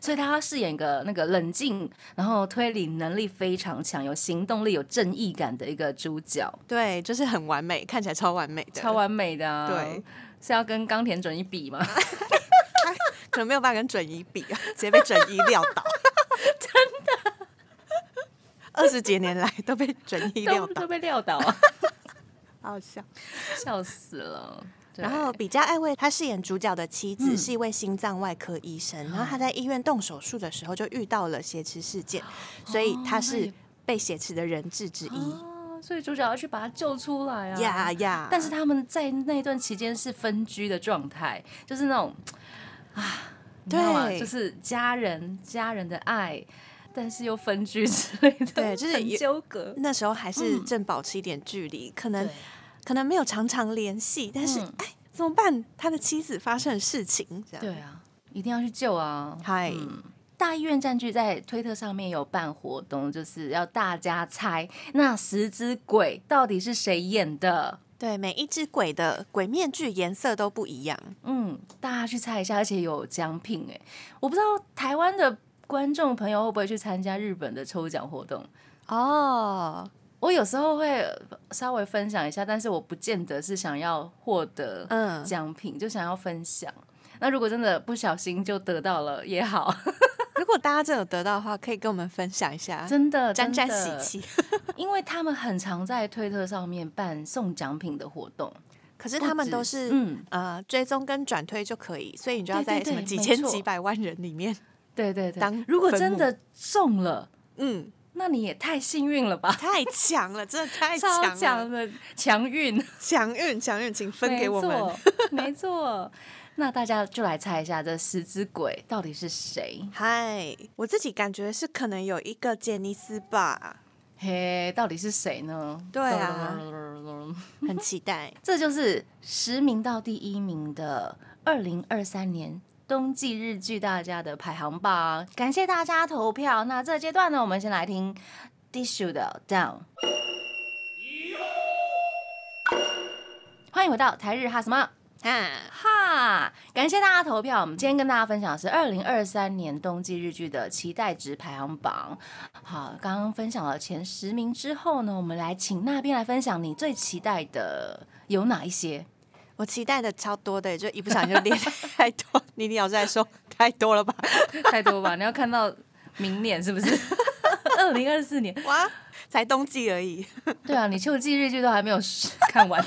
B: 所以他要饰演一个那个冷静，然后推理能力非常强、有行动力、有正义感的一个主角，
C: 对，就是很完美，看起来超完美的， [LAUGHS]
B: 超，完美的、啊。
C: 对，
B: 是要跟冈田准一比吗？
C: 可能没有办法跟准一比，啊直接被准一撂
B: [LAUGHS]
C: 倒，真的。二十几年来都被准一撂
B: [LAUGHS] 都
C: 倒
B: 都，被撂倒、啊，,
C: 好笑。
B: 笑死了。对
C: 然后，比嘉爱卫，她饰演主角的妻子、
B: 嗯哦
C: 是一位心脏外科医生，然后她在医院动手术的时候就遇到了挟持事件，所以她
B: 那
C: 是
B: 也
C: 被挟持的人质之一。
B: 啊，所以主角要去把他救出来啊。
C: 呀呀！
B: 但是他们在那一段期间是分居的状态，就是那种啊，你知道吗
C: 对
B: 就是家人家人的爱，但是又分居之类的，
C: 对就是
B: 很
C: 有
B: 纠葛。
C: 那时候还
B: 嗯
C: 是正保持一点距离，可能可能没有常常联系，但是
B: 嗯
C: 哎、怎么办？他的妻子发生了事情，这样
B: 对啊，一定要去救啊！
C: 嗨
B: 大医院战剧在推特上面有办活动，就是要大家猜那十只鬼到底是谁演的。
C: 对，每一只鬼的鬼面具颜色都不一样，
B: 嗯，大家去猜一下，而且有奖品哎、我不知道台湾的观众朋友会不会去参加日本的抽奖活动。
C: 哦，
B: 我有时候会稍微分享一下，但是我不见得是想要获得
C: 嗯
B: 奖品，就想要分享。那如果真的不小心就得到了也好，
C: 如果大家真的有得到的话，可以跟我们分享一下，
B: 真的
C: 啊沾沾
B: 真的
C: 喜气。
B: 因为他们很常在推特上面办送奖品的活动，
C: 可是他
B: 不
C: 们
B: 止
C: 都是
B: 嗯，
C: 呃追踪跟转推就可以，所以你就要
B: 对
C: 在
B: 对
C: 什么
B: 对
C: 几
B: 没
C: 千
B: 错
C: 几百万人里面，
B: 对对对。
C: 当
B: 如果
C: 分
B: 真
C: 母
B: 的中了，
C: 嗯，
B: 那你也太幸运了吧，
C: 太强了，真的太
B: [LAUGHS]
C: 强
B: 超
C: 了，
B: 强的强运，
C: 强运强运，请 [LAUGHS] 分给我们。
B: 没错，没错。那大家就来猜一下这十只鬼到底是谁？
C: 嗨，我自己感觉是可能有一个杰尼斯吧，
B: 嘿，到底是谁呢？
C: 对啊，很期待。
B: [LAUGHS] 这就是十名到第一名的二零二三年冬季日剧大家的排行榜。感谢大家投票。那这阶段呢，我们先来听 Dishu 的 Down。欢迎回到台日哈什么
C: 啊，
B: 哈！感谢大家投票。我们今天跟大家分享的是二零二三年冬季日剧的期待值排行榜。好，刚刚分享了前十名之后呢，我们来请那边来分享你最期待的有哪一些？
C: 我期待的超多的，就一不小心就列 [LAUGHS] 太多。妮妮老师还说太多了吧？
B: [LAUGHS] 太多吧？你要看到明年是不 [LAUGHS] 是？二零二四年，
C: 哇， [LAUGHS] 才冬季而已，
B: 对啊，你秋季日剧都还没有看完，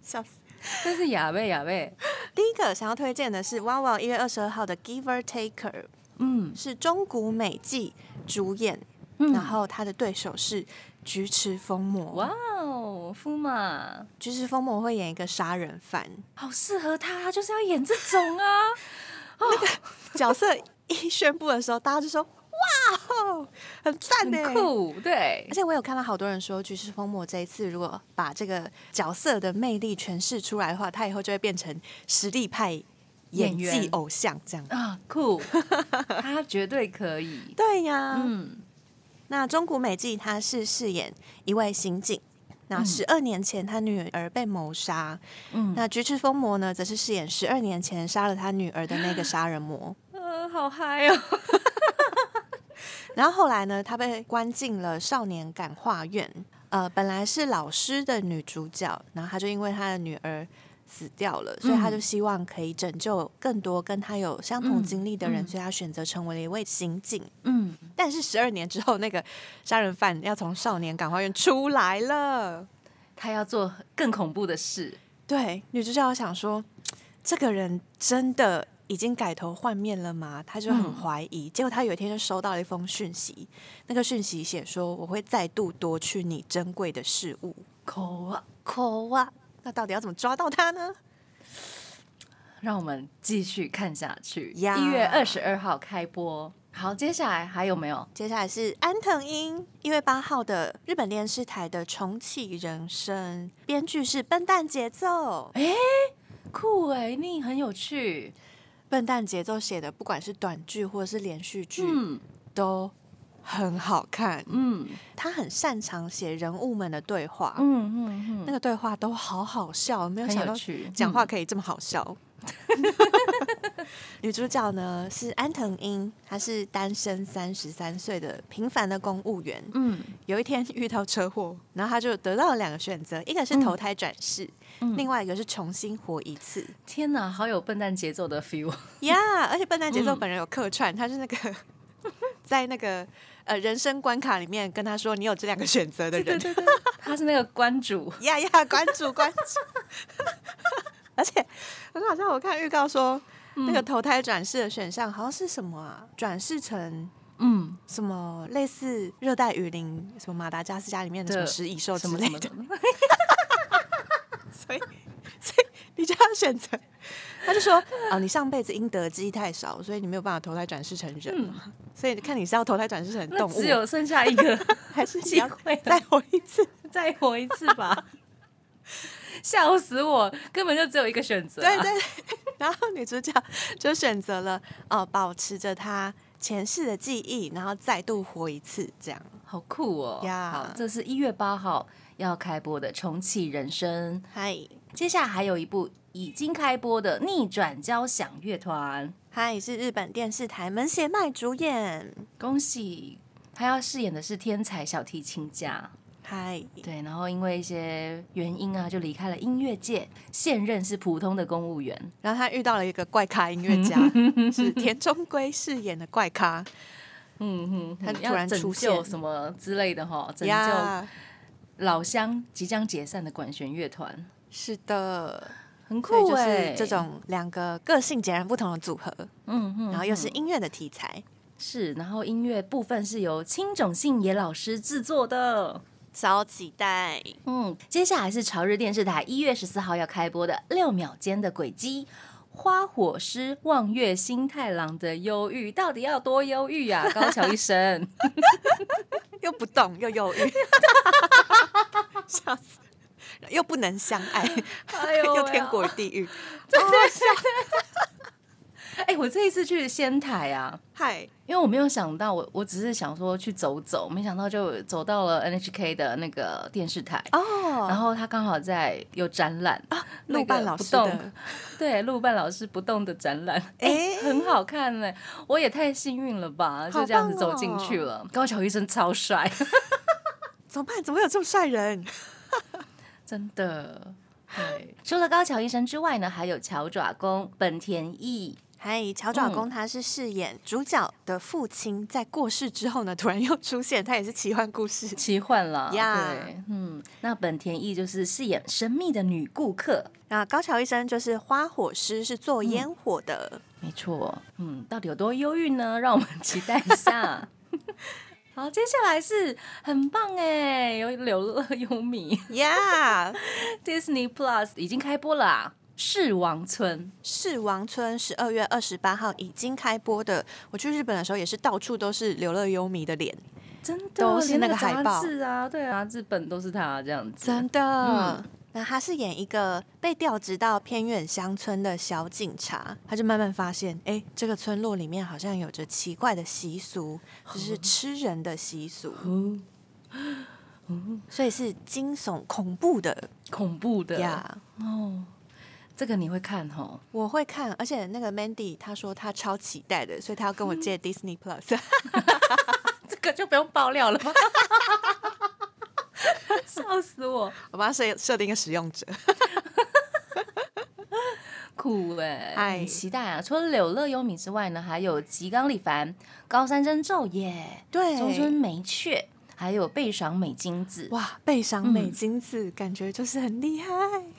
C: 笑死。
B: [LAUGHS] 真是哑贝哑贝。
C: 第一个想要推荐的是汪汪一月二十二号的《Giver Taker》，
B: 嗯
C: 是中谷美纪主演，
B: 嗯，
C: 然后她的对手是菊池风磨。
B: 哇哦，夫马
C: 菊池风磨会演一个杀人 [LAUGHS] 犯，
B: 好适合他，他就是要演这种 [LAUGHS] 啊。
C: 角色一宣布的时候，大家就说：“哇哦，很赞呢！”
B: 很酷，对
C: 而，且我有看到好多人说，菊池风磨这一次如果把这个角色的魅力诠释出来的话，他以后就会变成实力派演
B: 演员
C: 技偶像这样。
B: 啊，酷，他绝对可以。
C: 对呀、
B: 嗯
C: 那中谷美纪她是饰演一位刑警。那
B: 嗯
C: 十二年前，她女儿被谋杀。
B: 嗯，
C: 那菊池风磨呢，则是饰演十二年前杀了她女儿的
B: 嗯
C: 那个杀人魔。
B: 呃，好嗨哦。
C: 然后后来呢，她被关进了少年感化院。呃，本来是老师的女主角，然后她就因为她的女儿死掉了，所以她就希望可以拯救更多跟她有相同经历的
B: 嗯
C: 人，
B: 嗯嗯
C: 所以她选择成为了一位刑警。
B: 嗯，
C: 但是十二年之后，那个杀人犯要从少年感化院出来了。
B: 他要做更恐怖的事。
C: 对，女主角想说，这个人真的已经改头换面了吗？她就很怀疑。结果她有一天就收到了一封讯息，那个讯息写说：“我会再度夺去你珍贵的事物。
B: 口啊，”
C: 口啊，那到底要怎么抓到他呢？
B: 让我们继续看下去。
C: 呀
B: 一月二十二号开播。好，接下来还有没有？
C: 接下来是安藤英，一月八号的日本电视台的《重启人生》，编剧是笨蛋节奏。
B: 酷哎、你很有趣。
C: 笨蛋节奏写的，不管是短剧或者是连续剧，
B: 嗯
C: 都很好看。
B: 嗯
C: 他很擅长写人物们的对话，
B: 嗯嗯
C: 那个对话都好好笑，没有
B: 很
C: 嗯想
B: 有
C: 到
B: 趣。嗯
C: 讲话可以这么好笑。女主角呢是安藤英，她是单身三十三岁的平凡的公务员。
B: 嗯，
C: 有一天遇到车祸，然后她就得到了两个选择，一个是投胎转世，
B: 嗯
C: 另外一个是重新活一次。
B: 天哪，好有笨蛋节奏的 feel。
C: 呀而且笨蛋节奏
B: 嗯
C: 本人有客串，他是那个 [LAUGHS] 在那个呃人生关卡里面跟他说你有这两个选择的人，
B: 对， [LAUGHS] 他是那个关主。
C: 呀呀，关注关注，
B: [LAUGHS]
C: 而且很好笑，
B: 嗯
C: 我看预告说。那个投胎转世的选项好像是什么啊？转世成
B: 嗯，
C: 什么类似热带雨林，什么马达加斯加里面的什么食蚁兽
B: 什
C: 之
B: 么
C: 类
B: 什么
C: 的
B: 什，么，
C: 所以所以 [LAUGHS] 你就要选择。他
B: [LAUGHS]
C: 就说啊、你上辈子阴德积太少，所以你没有办法投胎转世成人嘛。 [LAUGHS] 所以看你是要投胎转世成
B: 嗯那
C: 动物，
B: 只有剩下一个
C: 还是 [LAUGHS] 你
B: 机
C: 要
B: 会了
C: 再活一次？
B: 再活一次吧。 [LAUGHS] 笑死我，根本就只有一个选择、啊
C: 对，对。 [LAUGHS] 然后女主角就选择了呃，保持着她前世的记忆，然后再度活一次，这样。
B: 好酷哦！
C: 呀
B: 好，这是一月八号要开播的《重启人生
C: 嗨》，
B: 接下来还有一部已经开播的《逆转交响乐团》，
C: 嗨，是日本电视台门胁麦主演。
B: 恭喜！他要饰演的是天才小提琴家，
C: 嗨，
B: 对，然后因为一些原因啊，就离开了音乐界，现任是普通的公务员。
C: 然后她遇到了一个怪咖音 [LAUGHS] 乐家，是田中圭饰演的怪咖。
B: 嗯哼，
C: 他
B: 嗯
C: 突然
B: 要拯
C: 出
B: 救
C: 现
B: 什么之类的哈，拯救
C: 呀，
B: 老乡即将解散的管弦乐团，
C: 是的，
B: 很
C: 所以
B: 酷
C: 就
B: 哎、
C: 欸是这种两个个性截然不同的组合，
B: 嗯哼，
C: 然后又是音乐的题材，
B: 是，然后音乐部分是由青冢信也老师制作的。
C: 超期待。
B: 嗯，接下来是朝日电视台一月十四号要开播的《六秒间的轨迹》。花火师望月新太郎的忧郁到底要多忧郁
C: [LAUGHS]
B: 啊？高桥医生，
C: 又不动又忧郁，笑死，又不能相爱，
B: 哎
C: 又
B: 喂
C: 天国与地 [LAUGHS] 狱。哦
B: 哎、我这一次去仙台啊，
C: 嗨，
B: 因为我没有想到，我我只是想说去走走，没想到就走到了 NHK 的那个电视台，然
C: 哦，啊
B: 后他刚好在有展览，那
C: 陆伴
B: 个
C: 老
B: 不
C: 师
B: 动
C: 的，
B: 对，陆伴老师不动的展
C: [LAUGHS]
B: 览，哎、
C: 哎
B: 很好看呢、我也太幸运了吧，就
C: 好
B: 这样子
C: 棒哦
B: 走进去了。高桥医生超
C: [LAUGHS]
B: 帅，
C: 怎么办？怎么会有这么帅人？
B: 真的。对，除了高桥医生之外呢，还有桥爪功本田翼，
C: 嗨，乔爪公他是饰演主角的父亲，在过世之后呢，突然又出现，他也是奇幻故事。
B: 奇幻啦
C: 呀
B: 对，嗯，那本田翼就是饰演神秘的女顾客，
C: 那高桥医生就是花火师，是做烟火的。
B: 没错，嗯，到底有多忧郁呢？让我们期待一下。 [LAUGHS] 好，接下来是很棒哎，有柳乐优米 [LAUGHS]
C: 呀，
B: Disney Plus 已经开播了啊，《世王村》
C: [LAUGHS] 是王村十二月二十八号已经开播的。我去日本的时候也是到处都是刘乐优弥的脸，
B: 真的
C: 都是
B: 连
C: 那
B: 那
C: 个海报
B: 杂志啊，对啊，日本都是他这样子，
C: 真的。
B: 嗯
C: 那他是演一个被调职到偏远乡村的小警察，他就慢慢发现，哎、这个村落里面好像有着奇怪的习俗，就是吃人的习俗，
B: 嗯
C: 所以是惊悚恐怖的
B: 恐怖的
C: 呀。
B: 哦。这个你会看哦，
C: 我会看，而且那个 Mandy 她说她超期待的，所以她要跟我 [LAUGHS] 借 Disney Plus。
B: 这个就不用爆料了吧？ [LAUGHS] 笑死我，
C: 我帮她设设定一个使用者。
B: 酷哎、
C: 哎
B: 很期待啊！除了柳乐优米之外呢，还有吉冈里帆、高山真昼耶、
C: 对，
B: 中村梅雀，还有贝赏美津子，
C: 哇，背上美金字，感觉就是很厉害。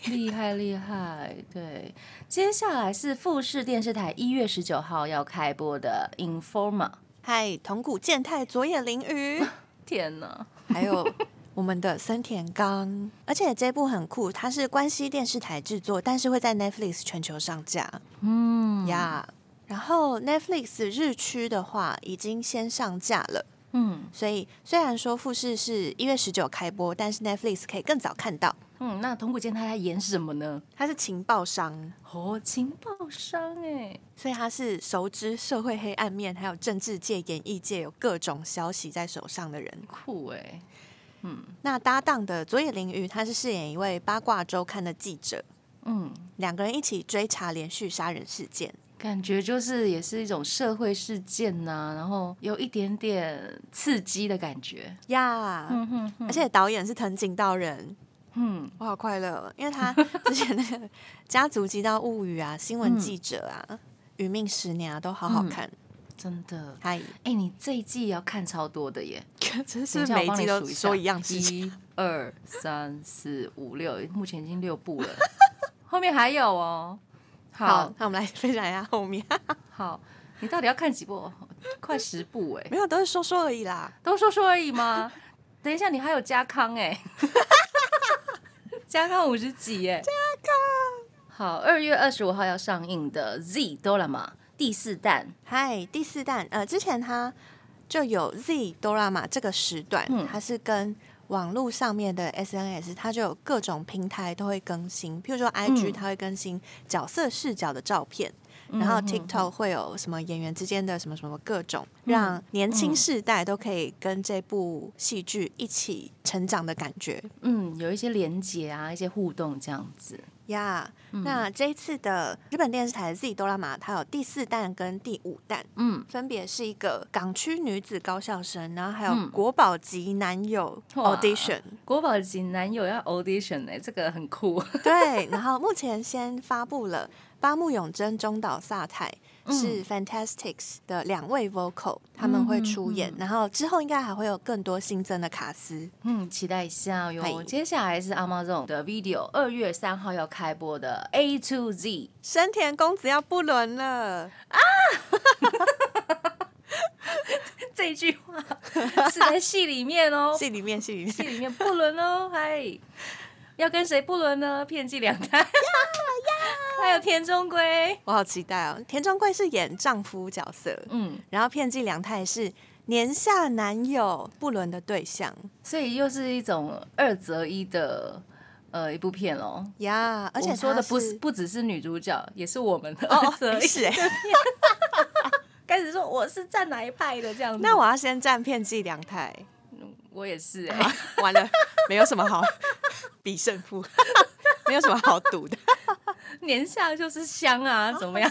B: 厉害厉害！对，接下来是富士电视台一月十九号要开播的《Informa》，
C: 嗨，同谷健太、佐野绫羽，
B: 天哪！
C: 还有我们的森田刚，而且这部很酷，它是关西电视台制作，但是会在 Netflix 全球上架
B: 嗯
C: 呀。然后 Netflix 日区的话，已经先上架了。
B: 嗯
C: 所以虽然说富士是一月十九开播，但是 Netflix 可以更早看到。
B: 嗯，那桐谷健太他演什么呢？
C: 他是情报商，
B: 哦，情报商哎，
C: 所以他是熟知社会黑暗面，还有政治界、演艺界有各种消息在手上的人。
B: 酷哎！
C: 那搭档的佐野绫羽，他是饰演一位八卦周刊的记者，
B: 嗯，
C: 两个人一起追查连续杀人事件。
B: 感觉就是也是一种社会事件呐、然后有一点点刺激的感觉。
C: 呀、
B: 嗯哼哼，
C: 而且导演是藤井道人，
B: 嗯，
C: 我好快乐哦，因为 [LAUGHS] 他之前那个《家族极道物语》啊，《新闻记者》啊，余命十年》啊，都好好看。
B: 真的。
C: 嗨、
B: 哎、你这一季要看超多的耶！
C: 真
B: 等
C: 是
B: 下我
C: 每一
B: 帮
C: 集
B: 你
C: 都
B: 数一
C: 说
B: 下
C: 一样事情。
B: 一、二、三、四、五、六，目前已经六部了， [LAUGHS] 后面还有哦。
C: 好
B: 好，
C: 那我们来分享一下后面。
B: 好，你到底要看几部？哦快十部哎、
C: 没有，都是说说而已啦。
B: 都说说而已吗？ [LAUGHS] 等一下，你还有加康哎、 [LAUGHS] 加康五十几哎、加康。好，二月二十五号要上映的《Z Dorama》第四弹，
C: 嗨，第四弹，呃，之前它就有 Z Dorama 这个时段，
B: 嗯
C: 它是跟网络上面的 SNS，它就有各种平台都会更新，譬如说
B: 嗯
C: IG 它会更新角色视角的照片，然后
B: 嗯
C: TikTok 会有什么演员之间的什么什么各种，让年
B: 嗯
C: 轻世代都可以跟这部戏剧一起成长的感觉。
B: 嗯，有一些连结啊，一些互动这样子。
C: 呀、
B: 嗯
C: 那这一次的日本电视台的 Z 哆啦玛，它有第四弹跟第五弹，
B: 嗯，
C: 分别是一个港区女子高校生，然后还有
B: 嗯
C: 国宝级男友
B: 哇
C: audition，、
B: 国宝级男友要 audition 哎、这个很酷。 [LAUGHS]
C: 对，然后目前先发布了八木永真、中岛萨太
B: 嗯
C: 是 Fantastics 的两位 vocal，他们
B: 嗯
C: 会出演，然后之后应该还会有更多新增的卡司。
B: 嗯，期待一下哟。
C: 嗨
B: 接下来是 Amazon 的 Video 二月三号要开播的 A to Z，
C: 深田公子要不伦了，
B: 这一句话 [LAUGHS] 是在戏里面哦，
C: 戏里面戏里面
B: 戏里面不伦 [LAUGHS] 哦，嗨，要跟谁不伦呢？片寄两弹， [LAUGHS] 还有田中圭，
C: 我好期待哦！田中圭是演丈夫角色，
B: 嗯，
C: 然后片寄凉太是年下男友不伦的对象
B: 所以又是一种二择一的呃一部片喽。
C: 呀而
B: 我
C: 且
B: 们说的不是
C: 是
B: 不只是女主角，也是我们的哦 [LAUGHS] 二
C: [LAUGHS]
B: 择一。
C: 是哎、
B: 开始说我是站哪一派的这样子，
C: 那我要先站片寄凉太，
B: 我也是哎、
C: 完了，没有什么好比胜负， [LAUGHS] 没有什么好赌的。
B: [LAUGHS] 年下就是香啊，怎么样？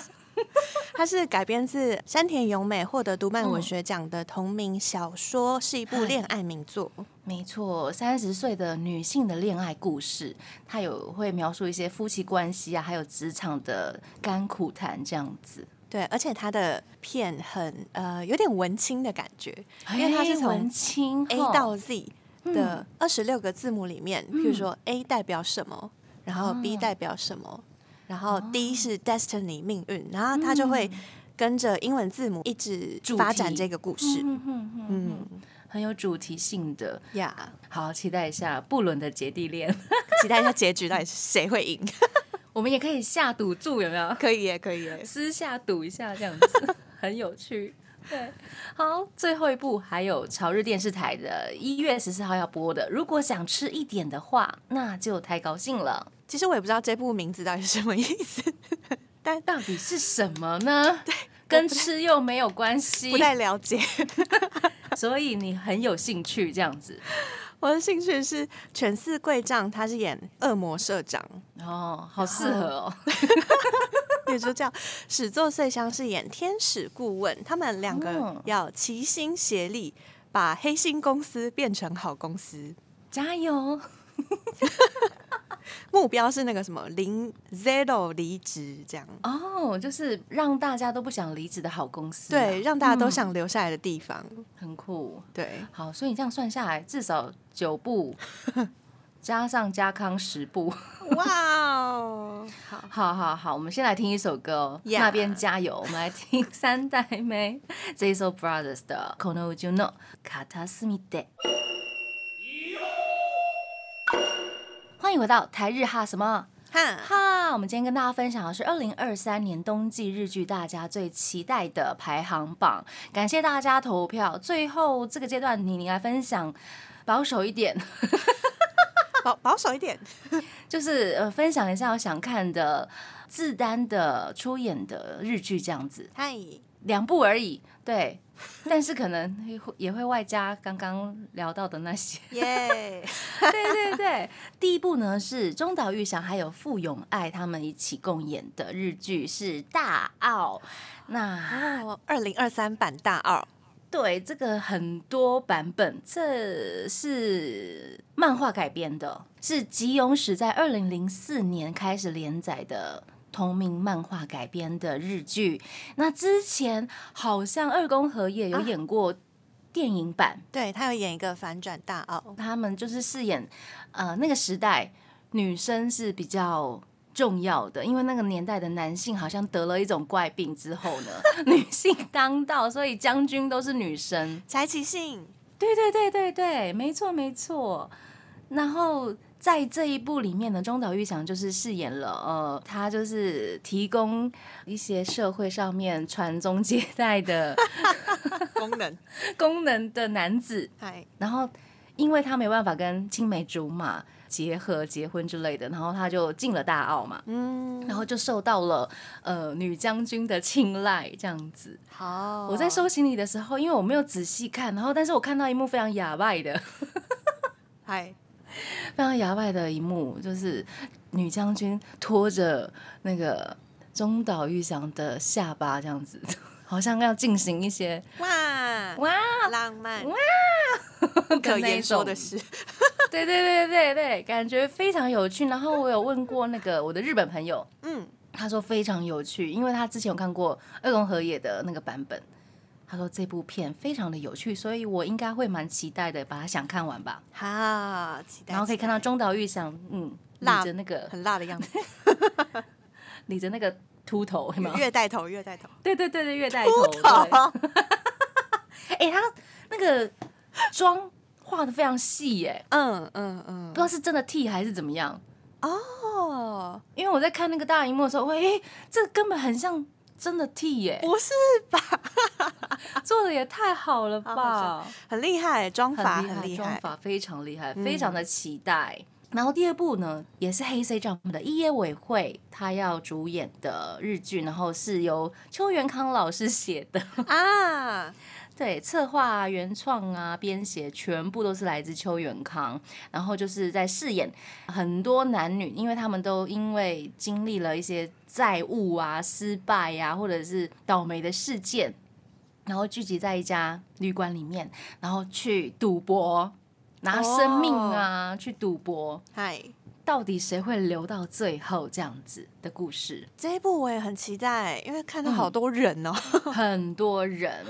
C: 它是改编自山田勇美获得读漫文学奖的同名小说，是一部恋爱名作。
B: [LAUGHS] 没错，三十岁的女性的恋爱故事，她有会描述一些夫妻关系啊，还有职场的甘苦谈这样子。
C: 对，而且它的片很呃有点文青的感觉，因为它是
B: 哎文
C: 从
B: 青
C: A
B: 吼
C: 到 Z 的二十六个字母里面，譬如说 A 代表什么，然后 B 代表什么，然后 D 是 destiny 命运，然后它就会跟着英文字母一直
B: 主
C: 发
B: 题
C: 展这个故事。
B: 嗯哼哼
C: 嗯
B: 很有主题性的，
C: [LAUGHS] 呀，
B: 好期待一下布伦的姐弟恋。 [LAUGHS]
C: 期待一下结局到底是谁会赢？
B: 我们也可以下赌注，有没有？
C: [LAUGHS] 可以耶，可以耶。
B: 私下赌一下这样子，很有 [LAUGHS] 趣。对，好，最后一部还有朝日电视台的一月十四号要播的，如果想吃一点的话，那就太高兴了。
C: 其实我也不知道这部名字到底是什么意思，但
B: 到底是什么呢？ [LAUGHS] 跟吃又没有关系
C: 不，太了解。
B: 所以你很有兴趣这样子。
C: 我的兴趣是犬饲贵丈，他是演恶魔社长，
B: 哦，好适合哦。
C: 女主角始作穗香是演天使顾问，他们两个
B: 哦
C: 要齐心协力，把黑心公司变成好公司。
B: 加油！
C: 目标是那个什么零 zero 离职这样，
B: 哦，就是让大家都不想离职的好公司啊、
C: 对，让大家都想留下来的地方。
B: 很酷。
C: 对，
B: 好，所以你这样算下来，至少九
C: [LAUGHS]
B: 部加上加康十部。
C: 哇哦，好，
B: 好好好，我们先来听一首歌哦
C: Yeah
B: 那边加油。我们来听三代妹 [LAUGHS] 这一首 Brothers 的《Kono Juno Kata s m i d 欢迎回到台日哈什么？
C: 哈，
B: 哈，我们今天跟大家分享的是二零二三年冬季日剧大家最期待的排行榜，感谢大家投票。最后这个阶段，你你来分享，保守一点， [LAUGHS]
C: 保保守一点，
B: 就是呃分享一下我想看的自丹的出演的日剧这样子，
C: 嗨，
B: 两部而已，对，但是可能会也会外加刚刚聊到的那些。
C: [LAUGHS] 耶，
B: [LAUGHS] 对对对，第一部呢是中岛裕翔还有傅永爱他们一起共演的日剧是《大奥》。那
C: 哦，二零二三版大二，
B: 对这个很多版本，这是漫画改编的，是吉永史在二零零四年开始连载的。同名漫画改编的日剧，那之前好像二宫和也有演过电影版，
C: 对他有演一个反转大奥，
B: 他们就是饰演呃那个时代女生是比较重要的，因为那个年代的男性好像得了一种怪病之后呢， [LAUGHS] 女性当道，所以将军都是女生。
C: 柴崎幸，
B: 对对对对对，没错没错。然后在这一部里面呢，中岛裕翔就是饰演了呃，他就是提供一些社会上面传宗接代的 [LAUGHS]
C: 功能，
B: 功能的男子。
C: 嗨，
B: 然后因为他没办法跟青梅竹马结合、结婚之类的，然后他就进了大澳嘛，
C: 嗯，
B: 然后就受到了呃女将军的青睐，这样子。
C: 好，
B: 我在收行李的时候，因为我没有仔细看，然后但是我看到一幕非常哑巴的。 [LAUGHS]
C: 嗨，
B: 非常牙外的一幕，就是女将军拖着那个中岛裕翔的下巴，这样子， [LAUGHS] 好像要进行一些
C: 哇，
B: 哇，
C: 浪漫，
B: 哇，
C: 不可
B: 那
C: 言说
B: 种
C: 的事，
B: 对对对对对，感觉非常有趣。然后我有问过那个我的日本朋友，
C: 嗯，
B: 他说非常有趣，因为他之前有看过二宫和也的那个版本。他说这部片非常的有趣，所以我应该会蛮期待的，把它想看完吧。
C: 好，期待，
B: 然后可以
C: 期
B: 看到
C: 待
B: 中岛裕翔，嗯，理
C: 辣
B: 着那个
C: 很辣的样子，
B: [LAUGHS] 理着那个秃头，有没有
C: 越带头越带头，
B: 对对对对，月带头。[LAUGHS]
C: 好，
B: 对哎、他那个妆画的非常细耶，
C: 嗯嗯嗯
B: 不知，道是真的剃还是怎么样。
C: 哦，
B: 因为我在看那个大荧幕的时候，喂，哎、这根本很像真的剃耶，
C: 不是吧？
B: 做的也太好了
C: 好好
B: 吧！
C: 很厉害，妆
B: 很
C: 法
B: 厉
C: 很
B: 害，
C: 厉
B: 妆
C: 害，嗯
B: 法非常厉害，非常的期待。然后第二部呢，也是黑 C 丈夫的一夜委会，他要主演的日剧，然后是由邱元康老师写的。
C: 啊，
B: 对，策划啊、原创啊、编写全部都是来自邱元康，然后就是在饰演很多男女，因为他们都因为经历了一些债务啊、失败呀、或者是倒霉的事件，然后聚集在一家旅馆里面，然后去赌博，拿生命啊、去赌博，
C: 嗨，
B: 到底谁会留到最后这样子的故事？
C: 这一部我也很期待，因为看到好多人哦， [LAUGHS]
B: 很多人。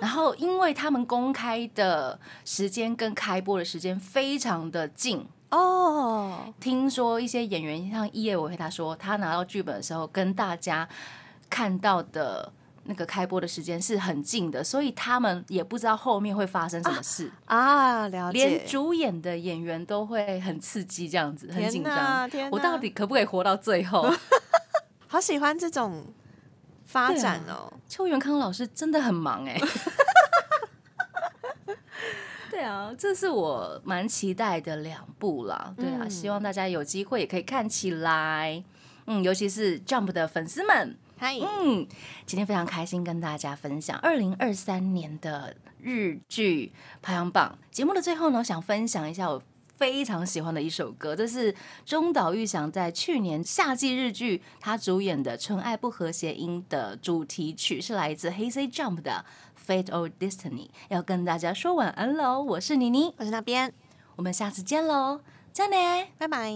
B: 然后，因为他们公开的时间跟开播的时间非常的近，
C: 哦，
B: 听说一些演员像叶伟他说，他拿到剧本的时候跟大家看到的那个开播的时间是很近的，所以他们也不知道后面会发生什么事，
C: 啊，了解
B: 连，主演的演员都会很刺激，这样子很紧
C: 天哪
B: 张
C: 天哪。
B: 我到底可不可以活到最后？
C: 好喜欢这种发展
B: 对啊
C: 哦，
B: 邱元康老师真的很忙哎、对啊，这是我蛮期待的两部啦。对啊，
C: 嗯
B: 希望大家有机会也可以看起来。嗯，尤其是 Jump 的粉丝们，
C: 嗨、
B: 嗯，今天非常开心跟大家分享二零二三年的日剧排行榜。节目的最后呢，想分享一下我非常喜欢的一首歌，这是中岛裕翔在去年夏季日剧他主演的《纯爱不和谐音》的主题曲，是来自 Hazy Jump 的《Fate or Destiny》。要跟大家说晚安喽，我是妮妮，
C: 我是那边，
B: 我们下次见喽，再见。
C: 拜拜。